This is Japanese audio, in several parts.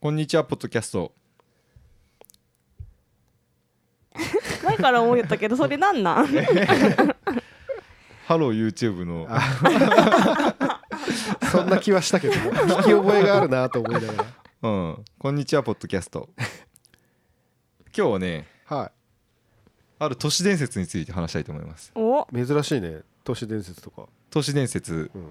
こんにちはポッドキャスト前から思いよったけどそれなんなんハロー YouTube のそんな気はしたけど、ね、 聞き覚えがあるなと思いながら。うんこんにちはポッドキャスト今日はねはある都市伝説について話したいと思いますおい、珍しいね、都市伝説とか。都市伝説うん、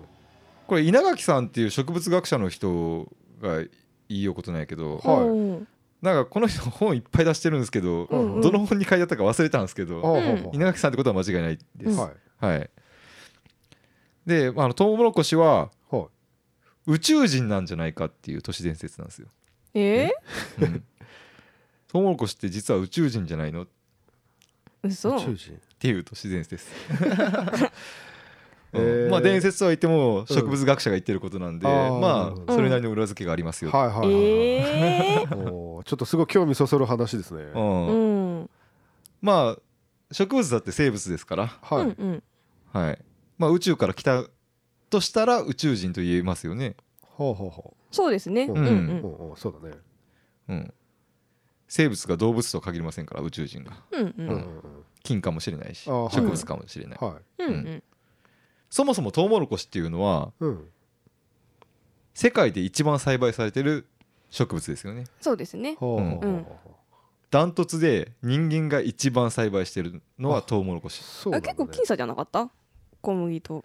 これ稲垣さんっていう植物学者の人が言いようことないけどはいうんなんかこの人本いっぱい出してるんですけど、うんうんどの本に書いてあったか忘れたんですけあどあ、うんは稲垣さんってことは間違いないでいす、はいはいで、まあ、あのトウモロコシははい。宇宙人なんじゃないかっていう都市伝説なんですよ、え うん、トウモロコシって実は宇宙人じゃないのっ嘘宇宙人。ていう都市伝説です、へうんーまあ伝説とは言っても植物学者が言ってることなんで、うんあーなまるほあどそれなりの裏付けがありますよ、はいはいはいはい。えおーちょっとすごい興味そそる話ですね。うはーんうんまあ植物だって生物ですからうんい。うんはいまあ、宇宙から来たとしたら宇宙人と言えますよね、ほうほうほそうですねううんんうう。んうんうん、そうだね。うん、生物が動物とは限りませんから宇宙人がうんううんうんんうん。菌かもしれないしあーはい植物かもしれない、はい。うんうんそもそもトウモロコシっていうのはうん。世界で一番栽培されてる植物ですよねそうですねほうほうほうほううんダントツで人間が一番栽培してるのはトウモロコシそうなあんだ結ね構僅差じゃなかった小麦と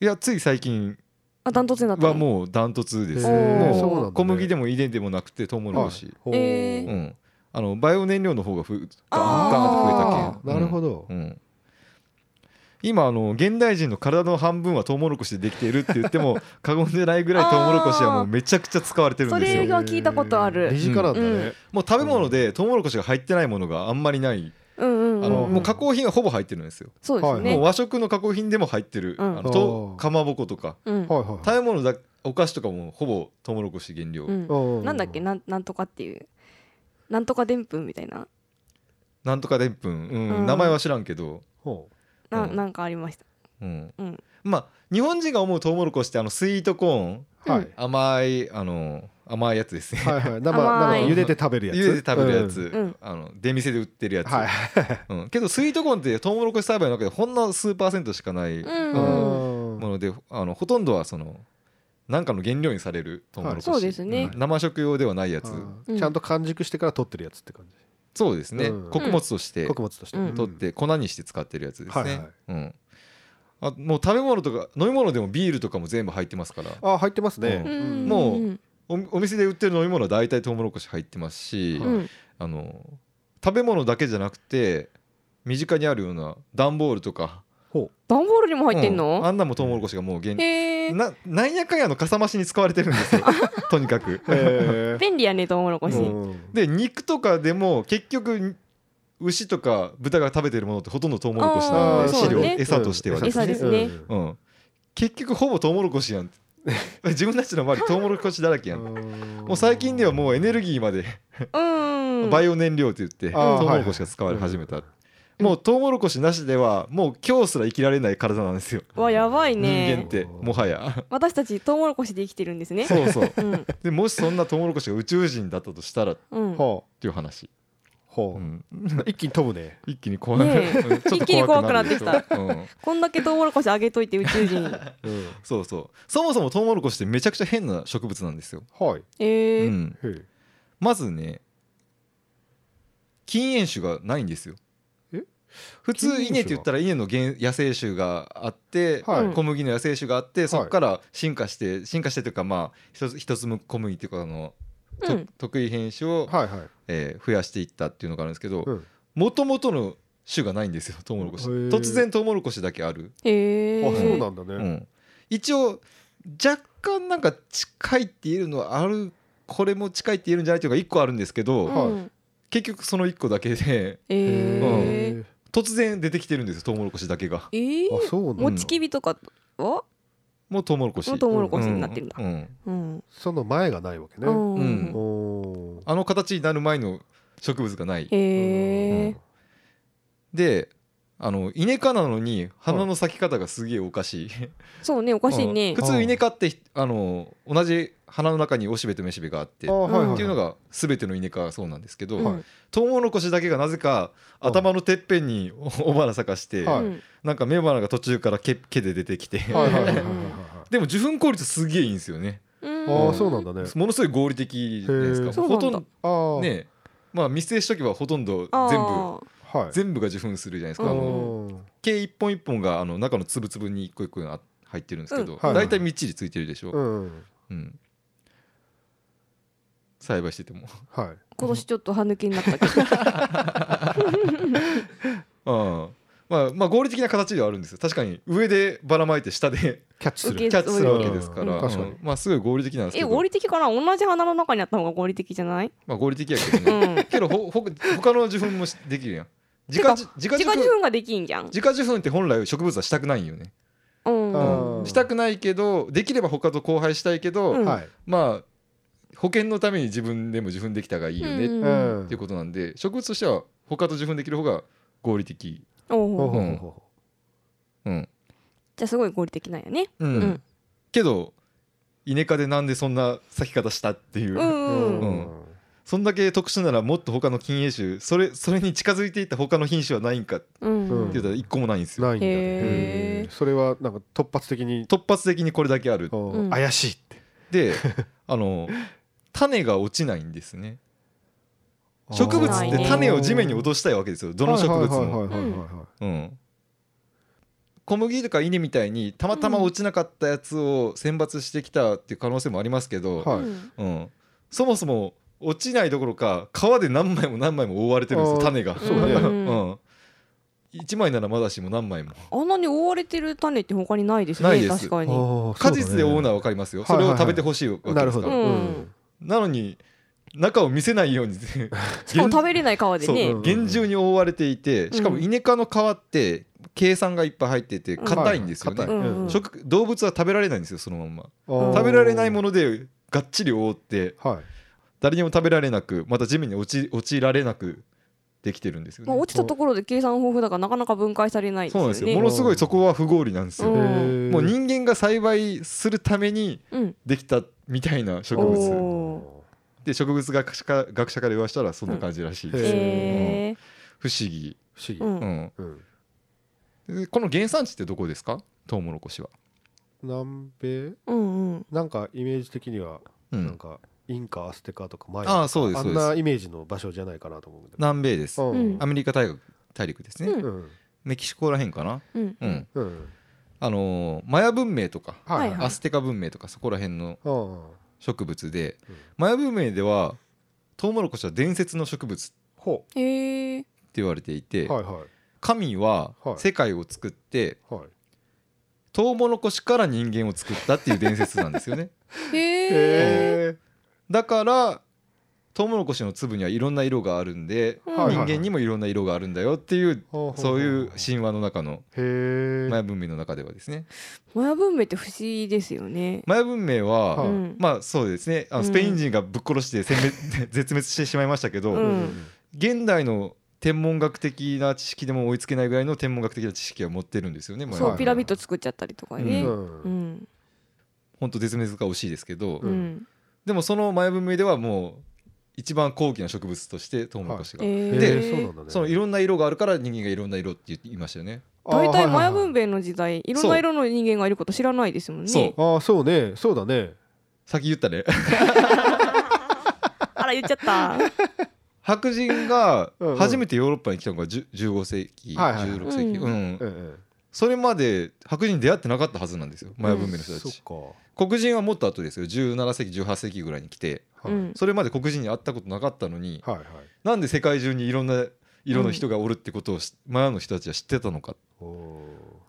いやつい最近あダントツになったはのもうダントツです、へーもうそうなんだね小麦でも遺伝でもなくてトウモロコシ、はいほうえーうん、あのバイオ燃料の方がふダーンダーンと増えたあけーなるほど。うん、今あの現代人の体の半分はトウモロコシでできているって言って も過言でないぐらいトウモロコシはもうめちゃくちゃ使われてるんそですれよが聞いたことあ身る近なんだうんうねん。もう食べ物でトウモロコシが入ってないものがあんまりないうんうあんのうんもう加工品はほぼ入ってるんですよ、そうですはいもうね和食の加工品でも入ってる、うんあのとかまぼことかうんはいはいはい食べ物だお菓子とかもほぼトウモロコシ原料、うんううう。なんだっけなんなんとかっていうなんとかでんぷんみたいななんとかでんぷん、うんうん名前は知らんけど、ほうなうんなんかありましたうんうんまあ日本人が思うトウモロコシってあのスイートコーンはうい。甘いあの甘いやつですね、はいはい。生甘い生茹でて食べるやつ。 家で食べるやつ、んうんあの出店で売ってるやうん。つ、はい。うん、けどスイートコーンってトウモロコシ栽培の中でほんの数パーセントしかないうんううんんもので、あのほとんどはそのなんかの原料にされるトウモロコシ、そうですねうん生食用ではないやつ、うんうんちゃんと完熟してから取ってるやつって感じそうですね、うん穀物として穀物としてうん取って粉にして使ってるやつですね、はいはいうん、あもう食べ物とか飲み物でもビールとかも全部入ってますからあ入ってますねううんもううんおお店で売ってる飲み物は大体トウモロコシ入ってますし、うんあの食べ物だけじゃなくて身近にあるような段ボールとかほ段ボールにも入ってんうあのんなもトウモロコシがもう現へえななんやかんやのかさ増しに使われてるんですよとにかくう へ便利やねトウモロコシうんで肉とかでも結局牛とか豚が食べてるものってほとんどトウモロコシなあのーでそう飼だ料、ね餌としてはうん餌ですねうん、結局ほぼトウモロコシやん自分たちの周りトウモロコシだらけやんもう最近ではもうエネルギーまでうんバイオ燃料って言ってトあーウモロコシが使われ始めた、はいもうトウモロコシなしではもう今日すら生きられない体なんですよ、わやばい人間っねてもはや私たちトウモロコシで生きてるんですねそうそううんでもしそんなトウモロコシが宇宙人だったとしたらっうんほうていう話、ほうんう一気に飛ぶね一気に怖い、ねえうんちょっ一と気に怖くなってできょたうんこんだけトウモロコシあげといて宇宙人うんそうそうそもそもトウモロコシってめちゃくちゃ変な植物なんですよ、はいうええん へえまずね禁煙種がないんですよえ普通禁煙種稲って言ったら稲の原野生種があって、はい小麦の野生種があってそこから進化して進化してというかまあ一つ一つむ小麦っていうかあの、とうん得意品種を、はいはいえー増やしていったっていうのがあるんですけどうんもともとの種がないんですよトウモロコシへー突然トウモロコシだけある、へあそうえなんだうねん、一応若干なんか近いって言えるのはあるこれも近いって言えるんじゃないというか1個あるんですけど、はいうん結局その1個だけでうええへ突然出てきてるんですよトウモロコシだけがえええあそうなもんだう餅きびとかはもうトウモロコシもうトウモロコシになってるんだうんうんうんその前がないわけねううんんおーあの形になる前の植物がないへえであのイネ科なのに花の咲き方がすげえおかしい、そうねおかしいね普通イネ科ってあの同じ鼻の中におしべとめしべがあってあっはいはいていうのが全てのイネ科はそうなんですけど、うんトウモロコシだけがなぜか頭のてっぺんにおおばら咲かして、はいうんなんか雌花が途中から毛毛で出てきて、はいはいはいはいはい でも受粉効率すげえいいんですよね、あうあんそうなんだねものすごい合理的じゃないですへかーほとんそうなどんあーねまあ密生しとけばほとんどあ全部ーはい全部が受粉するじゃないですか、部あうのん毛一本一本があの中の粒々に一個一個が入ってるんですけど、うんはい大体みっちりついてるでしょ、うんうん栽培してても はい今年ちょっと歯抜きになっ たけどああまあまあ合理的な形ではあるんですよ確かに上でばらまいて下でキャッチすキ受るャけッチするわけですから、うん確かにうんまあすごい合理的なんですけえど合理的かな同じ鼻の中にあった方が合理的じゃないまあ、合理的やけどう ねんけどほほ他の受粉もしできるやん自家てか自自家自受家受粉粉ができんじゃん自家受粉って本来植物はしたくないんよね、うんあーしたくないけどできれば他と交配したいけど、うんはいまあ保険のために自分でも受粉できたがいいよね、うんうんっていうことなんで植物としては他と受粉できる方が合理的おほうーほうほうほうん、じゃあすごい合理的なんやねうんうんけどイネ科でなんでそんな咲き方したっていう、うんううんううんんそんだけ特殊ならもっと他の近衛種それそれに近づいていった他の品種はないんかってうん言ったら一個もないんですよ、ないんだへねーそれはなんか突発的に突発的にこれだけあるおうん怪しいって であの種が落ちないんですね植物って種を地面に落としたいわけですよどの植物はいはいも。はいはいはいはいうん小麦とか稲みたいにたまたま落ちなかったやつを選抜してきたっていう可能性もありますけど、はいうんうん、そもそも落ちないどころか皮で何枚も何枚も覆われてるんですよあー種が。そうね うん1枚ならまだしも何枚もあんなに覆われてる種って他にないですないでねす確かに果実で覆うのはは分かりますよはいそはいれはをい食べてほしいわけですからなるほど、ううんんなのに中を見せないように しかも食べれない皮でそうねうん厳重に覆われていてしかもイネ科の皮って計算がいっぱい入っててうん硬いんですよね、はいうんうん食動物は食べられないんですよそのまんまうん食べられないもののでがっちり覆ってはい誰にも食べられなくまた地面に落ち落ちられなくできてるんですよまあね落ちたところで計算豊富だからなかなか分解されないですそうなんよですよねものすごいそこは不合理なんですようんもう人間が栽培するためにうんできたみたいな植お物ーで植物学者か学者から言わせたらそんな感じらしいです、へーえ不思議、不思ー議ううんん、うんでこの原産地ってどこですかトウモロコシは、南米うんうんなんかイメージ的にはうなんん、かインカアステカとかマヤとかああそうですあそうんでなすイメージの場所じゃないかなと思うんだけど南米ですううんアメリカ大陸大陸ですね、うんうんメキシコらへんかなうんうんうんあのーマヤ文明とかはいはいはいアステカ文明とかそこら辺のうん植物で、うんマヤ文明ではトウモロコシは伝説の植物ってほへえ言われていて、うはいはい神ははい世界を作ってはいトウモロコシから人間を作ったっていう伝説なんです よねへええだからトウモロコシの粒にはいろんな色があるんで、うんはい人間にもいろんな色があるんだよっていうそういう神話の中のへえマヤ文明の中ではですねマヤ文明って不思議ですよねマヤ文明は、はいうんまあそうですねあのうんスペイン人がぶっ殺して殲滅 絶滅してしまいましたけど、ううん現代の天文学的な知識でも追いつけないぐらいの天文学的な知識は持ってるんですよねマヤ文明そはうピラミッド作っちゃったりとかうねうんん本当絶滅が惜しいですけど、うんんでもそのマヤ文明ではもう一番高貴な植物としてトウモロコシが、へーでへえそうなんだねそのいろんな色があるから人間がいろんな色って言っていましたよね大体マヤ文明明の時代いろんな色の人間がいること知らないですもんねそうああそうねそうだね先言ったねあら言っちゃ った白人がうんうん初めてヨーロッパに来たのが10 15世紀、はいはいはい16世紀、ううんうんうんそれまで白人に出会ってなかったはずなんですよマヤ文明の人たそっち、か黒人はもっと後ですよ17世紀18世紀ぐらいに来てはういんそれまで黒人に会ったことなかったのにはいはいなんで世界中にいろんな色の人がおるってことをしマヤの人たちは知ってたのか、おー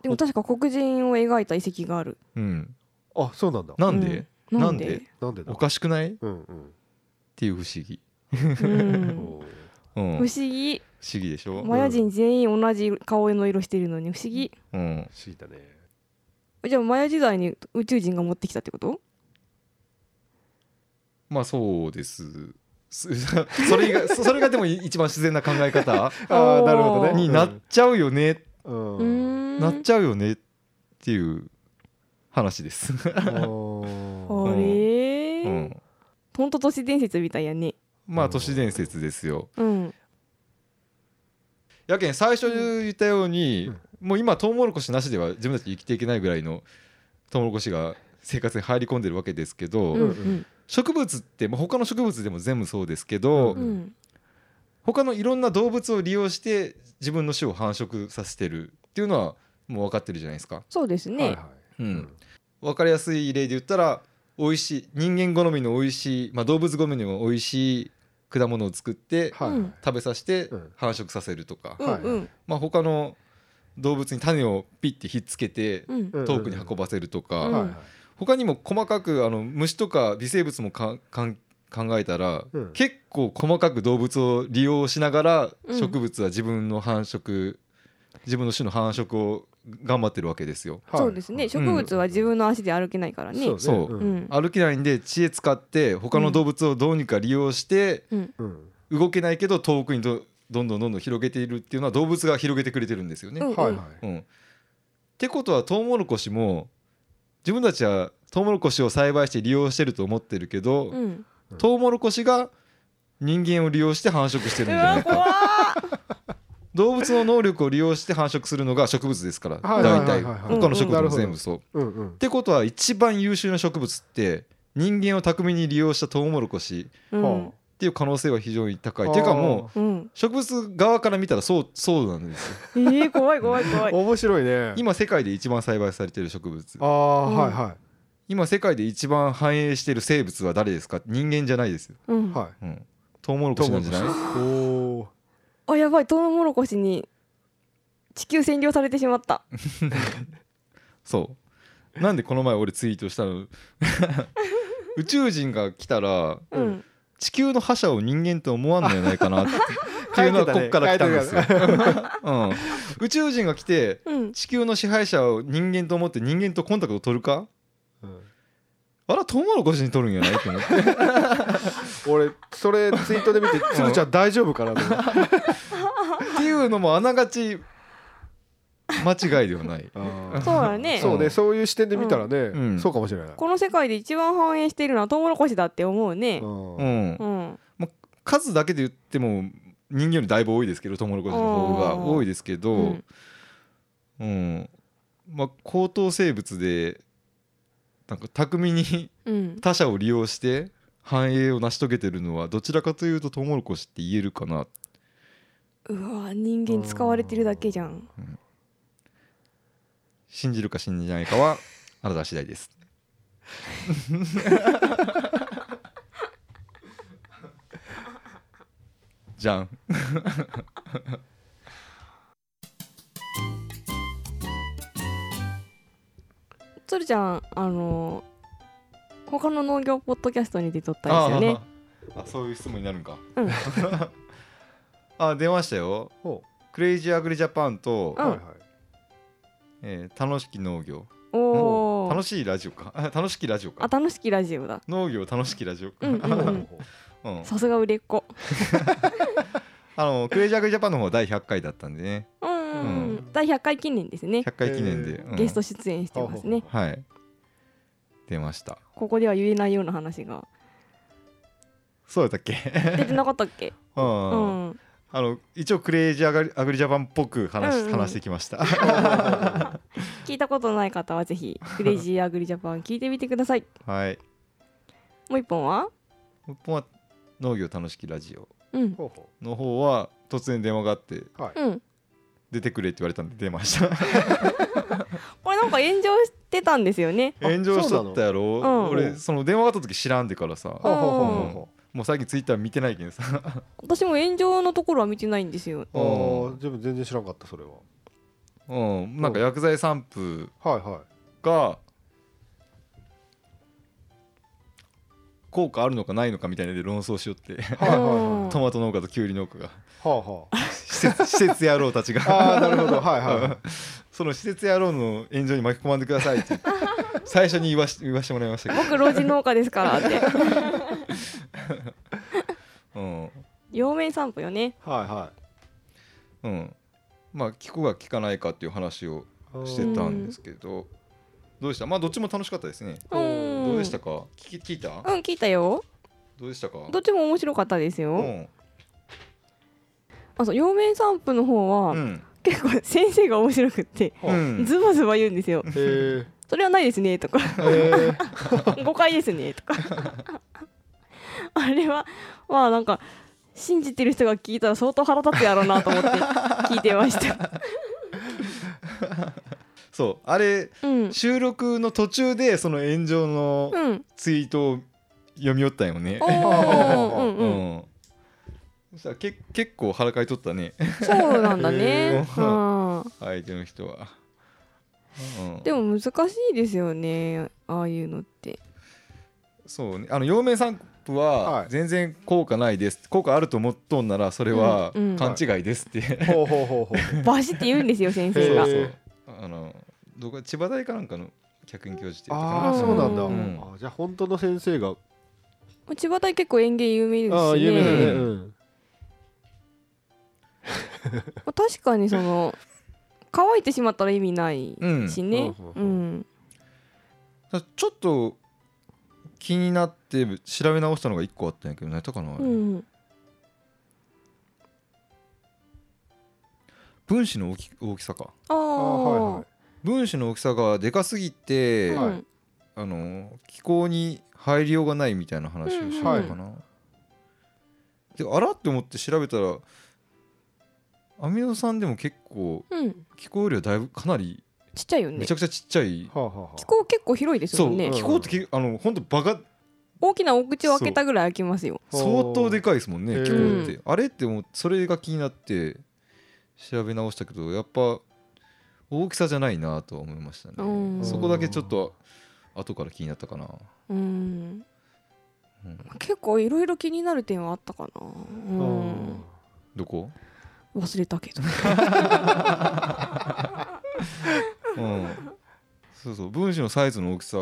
でも確か黒人を描いた遺跡があるうん、あそうなんだなんで、うんなんでなんでだおかしくないっうんうんていう不思議、うんおーうん、不不思思議議でしょ、マヤ人全員同じ顔の色してるのに不思議うん、不思議だねじゃあマヤ時代に宇宙人が持ってきたってことまあそうですすそれがそ それがでもい一番自然な考え方ああなるほどねになっちゃうよね、うんうーんなっちゃうよねっていう話です、あーあれうほんと都市伝説みたいやねまあ都市伝説ですようんやけん最初言ったように、もう今トウモロコシなしでは自分たち生きていけないぐらいのトウモロコシが生活に入り込んでるわけですけど、うんうん植物って、まあ、他の植物でも全部そうですけど、ううん他のいろんな動物を利用して自分の種を繁殖させてるっていうのはもう分かってるじゃないですか。そうですはいねはういうんん、分かりやすい例で言ったら美味しい人間好みの美味しい、まあ、動物好みの美味しい果物を作ってはいはいうん食べさせてうん繁殖させるとか、うんうんまあ、他の動物に種をピッてひっつけてうんうん遠くに運ばせるとか、うんはいはい他にも細かくあの虫とか微生物もかかん考えたら、うん結構細かく動物を利用しながらうん植物は自分の繁殖自分の種の繁殖を頑張ってるわけですよ。はいそうですね植物は自分の足で歩けないからねそうねう。ん歩きないんで知恵使って他の動物をどうにか利用してうんうん動けないけど遠くにどどんどんどんどん広げているっていうのは動物が広げてくれてるんですよね。うんはいはい。うん、ってことはトウモロコシも自分たちはトウモロコシを栽培して利用してると思ってるけど、うんトウモロコシが人間を利用して繁殖してるんじゃないか怖動物の能力を利用して繁殖するのが植物ですからははいい大はい体はい他の植物も全部そう。っうんうん。てことは一番優秀な植物って人間を巧みに利用したトウモロコシうはんっていう可能性は非常に高い。あっていうかもううん植物側から見たらそうそうなんですよ。えー怖い怖い怖い面白いね。今世界で一番栽培されてる植物ああ、うんはいは今世界で一番繁栄してる生物は誰ですか人間じゃないですよ、うんいはい。うん、トウモロコシなんじゃないおお。あやばいトウモロコシに地球占領されてしまったそうなんでこの前俺ツイートしたの 宇宙人が来たらうん地球の覇者を人間と思わんのじゃないかなってっていうのはこっから来たんですよ、うん、宇宙人が来てうん地球の支配者を人間と思って人間とコンタクトを取るかうんあらトウモロコシに取るんやないと思って俺それツイートで見て鶴ちゃん大丈夫かなと思ってっていうのもあながち間違いではないそうだね そうねそういう視点で見たらうねんそうかもしれないこの世界で一番繁栄しているのはトウモロコシだって思うねうんうんうん数だけで言っても人間よりだいぶ多いですけどトウモロコシの方があー多いですけど、ううんんまあ、高等生物でなんか巧み にうん他者を利用して繁栄を成し遂げてるのはどちらかというとトウモロコシって言えるかな、うわ人間使われてるだけじゃん信じるか信じないか はあなた次第です。じゃん。つるちゃんあの他の農業ポッドキャストに出とったんですよねあーあそういう質問になるんか、うん あ出ましたよほクレイジーアグリジャパンと、ううんはいはいえー楽しき農業おお楽しいラジオか あ楽しきラジオあか楽しきラジオだ農業楽しきラジオか、うんうんほううほうんほ うんさすが売れっ子あのクレイジーアグリジャパンの方は第100回だったんでねうんうんううんん第100回記念ですね100回記念で、えうんゲスト出演してますねはい出ましたここでは言えないような話がそうだったっけ、出てなかったっけ ううんんうんあの一応クレイジーアグリアグリジャパンっぽく話,、うんうん話してきました 聞いたことない方はぜひクレイジーアグリジャパン聞いてみてくださいはいもう一本は日本は農業楽しきラジオうんうほうほの方は突然電話があってうはいうん出てくれって言われたんで出ましたこれなんか炎上してたんですよね炎上しとったやろ、うん俺その電話があった時知らんでからさほうほうほうほうほもう最近ツイッター見てないけどさ 私も炎上のところは見てないんですようああ自分全然知らんかったそれはうんなんか薬剤散布はいはいが効果あるのかないのかみたいなので論争しよってはいはいはうんトマト農家とキュウリ農家が いはあはあ施設施設野郎たちがああなるほどはいはいはいその施設野郎の炎上に巻き込まんでくださいって最初に言わし言わしてもらいましたけ僕老人農家ですからって ど、うん陽明散歩よねはいはうん、まあ聞くか聞かないかっていう話をいしてたんですけどどうでしたまあどっちも楽しかったですねううんどうでしたか聞き聞いたうん聞いたよどうでしたかどっちも面白かったですよ、うんあそう陽明散布の方は、うん結構先生が面白くって、うんズバズバ言うんですよえー、それはないですねとかえ 誤解ですねとかあれはまあなんか信じてる人が聞いたら相当腹立つやろうなと思って聞いてました、そうあれうん、収録の途中でその炎上のうん。ツイートを読み寄ったよねお。ーうんううん。んそしたらけ結構腹かいとったねそうなんだね。うんうん相手の人は。うんでも難しいですよね。ああいうのって。そうねあの陽明散布ははい全然効果ないです、効果あると思っとんならそれはうんうん勘違いですって、ほうほうほうほうバシって言うんですよ先生がそう。へそーうあのどこ千葉大かなんかの客員教授って言ったかあなあーそうなんだ、うんあじゃあ本当の先生が千葉大結構園芸有名ですああし有名だね、ね。ううん、まあ確かにその乾いてしまったら意味ないしね。ううんん。だからちょっと気になって調べ直したのが1個あったんやけど何やったかな、うん。分子の大き大きさかああーあ。は分子の大きさがでかすぎて、はいうんあの気候に入りようがないみたいな話をしたのかな、であらって思って調べたらアミノ酸でも結構うん。気候よりはだいぶかなりちっちゃいよめねちゃ。くちゃちっちゃい、いはいはあはあはあ気候結構広いですそもう、んね。気候ってきあの本当バカ大きなお口を開けたぐらい開きますよ。相当でかいですもんねへー気候って、あれってもうそれが気になって調べ直したけどやっぱ大きさじゃないなとは思いましたうねんそこだけちょっと後から気になったかなうんうん。結構いろいろ気になる点はあったかな。ううんん。どこ、忘れたけど。うん、そうそう分子のサイズの大きさ、う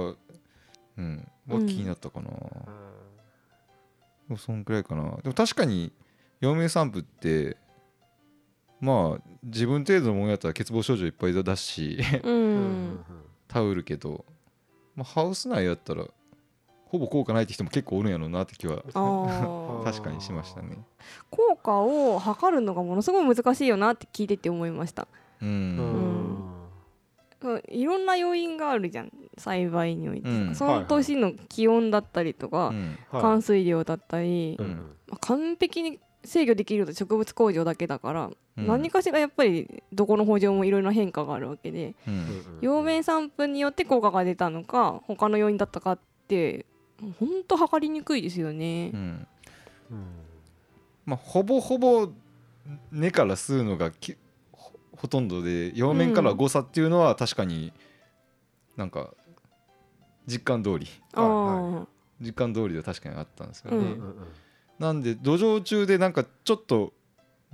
ん、はうん気になったかな、でもそんくらいかなでも確かに陽明散布ってまあ自分程度のものやったら欠乏症状いっぱい出すしううんん。タウルけど、まあ、ハウス内やったらほぼ効果ないって人も結構おるんやろうなって気はあ ーあ確かにしましたね。効果を測るのがものすごい難しいよなって聞いてて思いましたううんんんうんいろんな要因があるじゃん栽培において、うんその年の気温だったりとか、うんはい降水量だったり、ううんんまあ完璧に制御できるのは植物工場だけだから、うん何かしらやっぱりどこの補助もいろいろな変化があるわけで、ううんん陽明散布によって効果が出たのか他の要因だったかってもうほんと測りにくいですよねう。んうんまあほぼほぼ根から吸うのがきほほとんどで表面からは誤差っていうのは確かになんか実感通りあー実感通りでは確かにあったんですよね。うんなんで土壌中でなんかちょっと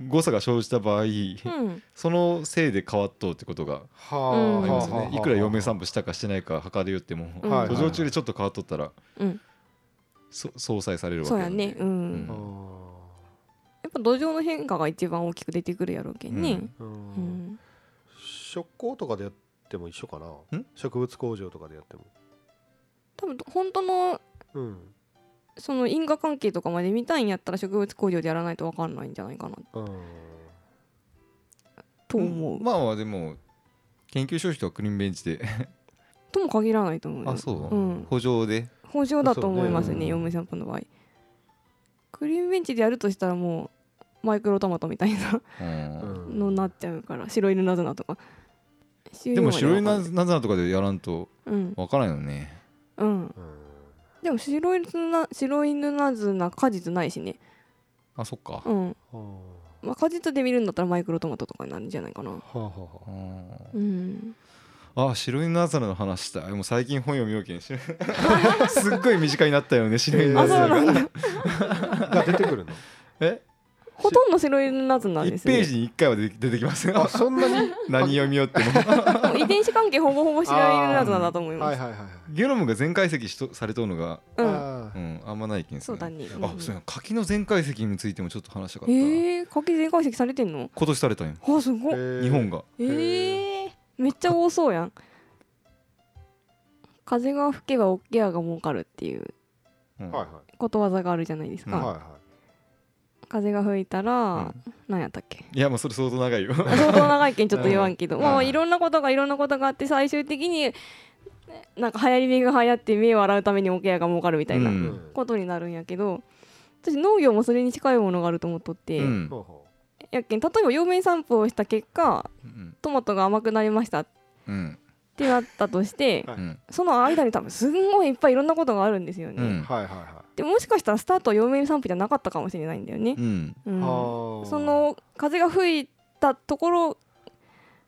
誤差が生じた場合、うんそのせいで変わっとうってことがはうあんりますよはあはねあはあいくら嫁散布したかしてないか測りよってもう途ん上中でちょっと変わっとったらうんそ相殺されるわけそうなやんでね、うんうんあやっぱ土壌の変化が一番大きく出てくるやろうけんね。ーううんん食工とかでやっても一緒かなん植物工場とかでやっても多分本当のうんその因果関係とかまで見たいんやったら植物工場でやらないと分かんないんじゃないかなうんと思う、まあまあでも研究消費とはクリーンベンチでとも限らないと思うよあそう、うん補助で補助だと思いますそうねね嫁さんぽの場合クリーンベンチでやるとしたらもうマイクロトマトみたいなうんうんのになっちゃうから白犬なずなとかでも白いなななぜなとかでやらんとうんわからんよねうんうんでも白犬な白犬なずな果実ないしねあそっか、うんあーまあ果実で見るんだったらマイクロトマトとかになるんじゃないかなはあはあはあうんうんあ白いナズナの話したいもう最近本読みようけん しすっごい短いなったよね白いナあズそナうがなんだが出てくるのえほとんど白犬なずなで1すペねージに1回は出て出てきますよあそんなに 何読みよってももう遺伝子関係ほぼほぼ白犬なずなだと思いはまいすはいはいはいゲノムが全解析しとされとうのが、うんあうーん、あんまないけんすそうだねあそうや柿の全解析についてもちょっと話したかった、えー、柿全解析されてんの今年されたんよあすごいへー日本がえー、めっちゃ多そうやん風が吹けばオッケアが儲かるっていううんはいはいことわざがあるじゃないですうんはいか、は風が吹いたら、うなんやったっけいやもうそれ相当長い よ相当長いけんちょっと言わんけど、うんまあまあはいいろんなことがいろんなことがあって最終的になんか流行り目が流行って目を洗うためにおケアが儲かるみたいうなんい。ことになるんやけど、私農業もそれに近いものがあると思っとって、うんほうほやっけん例えば陽明散歩をした結果うんトマトが甘くなりましたっうんてなったとしてはうんその間に多分すんごいいっぱいいろんなことがあるんですよね。うんうはいはいはでもしかしたらスタートは陽明散歩じゃなかったかもしれないんだよねう。んうんい。あーそ、の風が吹いたところ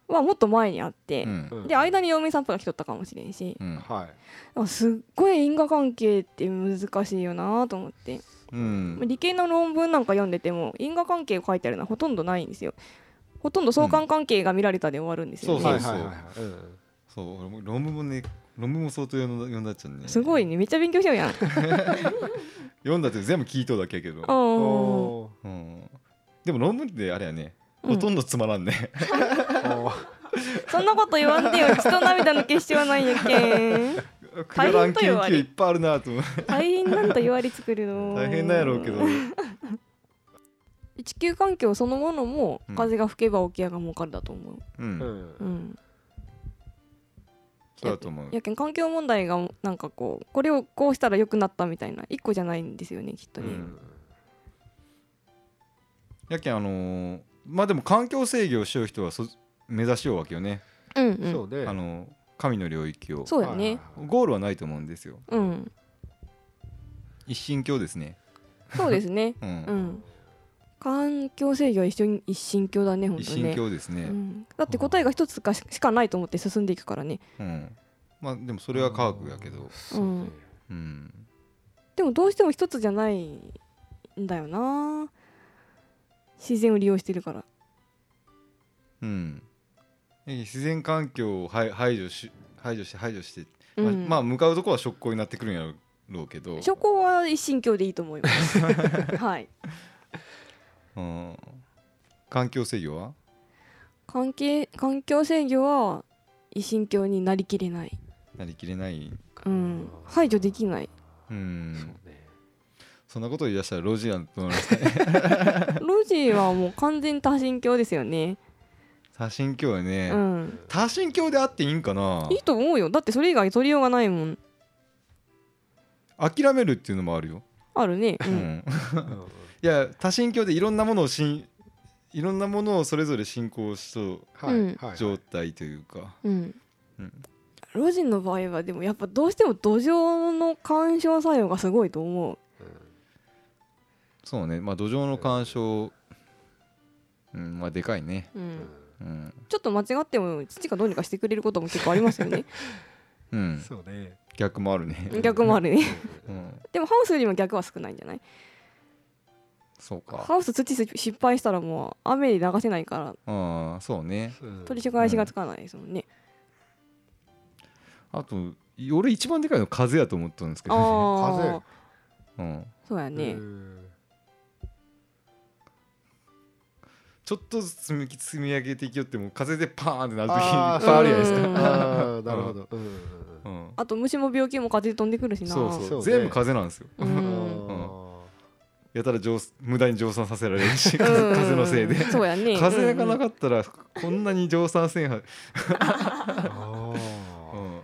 はもっと前にあって、うんで間に陽明散歩が来とったかもしれんしうにんはい。なんかすっごい因果関係って難しいよなと思って、うん理系の論文なんか読んでても因果関係を書いてあるのはほとんどないんですよほとんど相関関係が見られたで終わるんですよね、そうそうはいはいはいはいうんうん。そう俺も論文もね論文も相当読んだ読んだっちゃうねすごいねめっちゃ勉強して るやん読んだって全部聞いとうだけやけど、うんおうん、でも論文ってあれやねうんほとんどつまらんね、ーおー。そんなこと言わんでよ血と涙の結晶はないんやけんくだらん研大変とよあ究れいっぱいあるなと思う大変なんと言われ作るの大変なんやろうけど地球環境そのものもうん風が吹けば沖合が儲かるだと思う、ううんんう。ん、そうだと思うやけん環境問題がなんかこうこれをこうしたら良くなったみたいな一個じゃないんですよねきっとうね、んやけんあのーまあでも環境制御をしよう人はそ目指しようわけよね、うん、うんそうね。あの神の領域をそうやね、はいはいはい。ゴールはないと思うんですようん一神教ですねそうですねうん、うん環境制御は一緒に一神教だね本当一ね神教ですね、うん、だって答えが一つかししかないと思って進んでいくからねうん、まあでもそれは科学やけどそうねうんでもどうしても一つじゃないんだよな自然を利用してるからうん自然環境を排排除し排除して排除して、まあうんまあ向かうとこは食行になってくるんやろうけど、初行は一神教でいい と思います。はい。うん、環境制御は関係環境制御は一神教になりきれない。なりきれない、うん。排除できない。うん、そそうね。んなこと言い出したらロジアンと思いますねロジーはもう完全多神教ですよね。多神教やね、うん。多神教であっていいんかないいと思うよ。だってそれ以外取りようがないもん。諦めるっていうのもあるよ、あるね。ううんん。うんいや多神教でいろんなものをしんいろんなものをそれぞれ信仰しとはいうんはいはい。状態というか、うん。うんロジーの場合はでもやっぱどうしても土壌の干渉作用がすごいと思う。そうねまあ土壌の干渉うんまあでかいねう。うんんうん、ちょっと間違っても父がどうにかしてくれることも結構あります よね。うん、そうね。逆もあるね、逆もあるね。うん、でもハウスよりも逆は少ないんじゃないそうかハウス土失敗したらもう雨に流せないからああそうねうん取り返しがつかないですもんね。あと俺一番でかいの風やと思ったんですけどああ、ね、うん、そうやねう。んちょっとずつ積み積み上げていきよっても風でパーンってなる時あいーっぱいあるやないですか、うんあーなるほど。うんうんうんうんあと虫も病気も風で飛んでくるしな。そうそうそうね全部風なんですよ うあん。ーやたら蒸無駄に蒸散させられるしうん風のせいでそうやね。風がうんなうんかったらこんなに蒸散せんは、あうーん、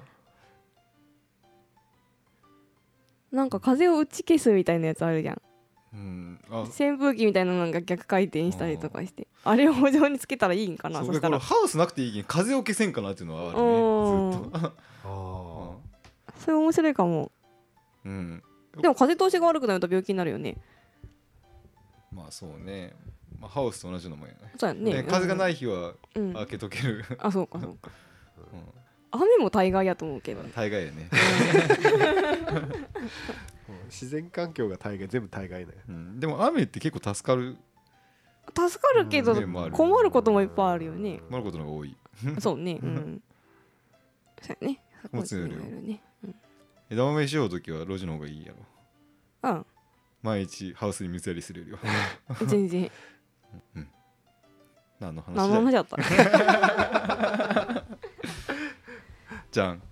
なんか風を打ち消すみたいなやつあるじゃん。うん、あ扇風機みたいなのが逆回転したりとかして、あれを補助につけたらいいんかな。そそうでしたこれら。ハウスなくていいけん風を消せんかなっていうのはあうんるねずっと、あそれ面白いかも。うん、でも風通しが悪くなると病気になるよね。まあそうね、まあ、ハウスと同じのもんやねそうやね。。ね風がないい日はうん。開けとける、あ、そうかそうか。う雨も大概やと思うけど ん。大概やね、ー。うん自然環境が大概全部大概ね。うん、でも雨って結構助かる助かるけどうん面もある困ることもいっぱいあるよね。なることの方が多いそうね。うん。そうやね。貨物よりは貨よりね。枝豆しようときは路地の方がいいやろうん。毎日ハウスに水やりするよりは 全然。何の話何のだよ話だった。じゃん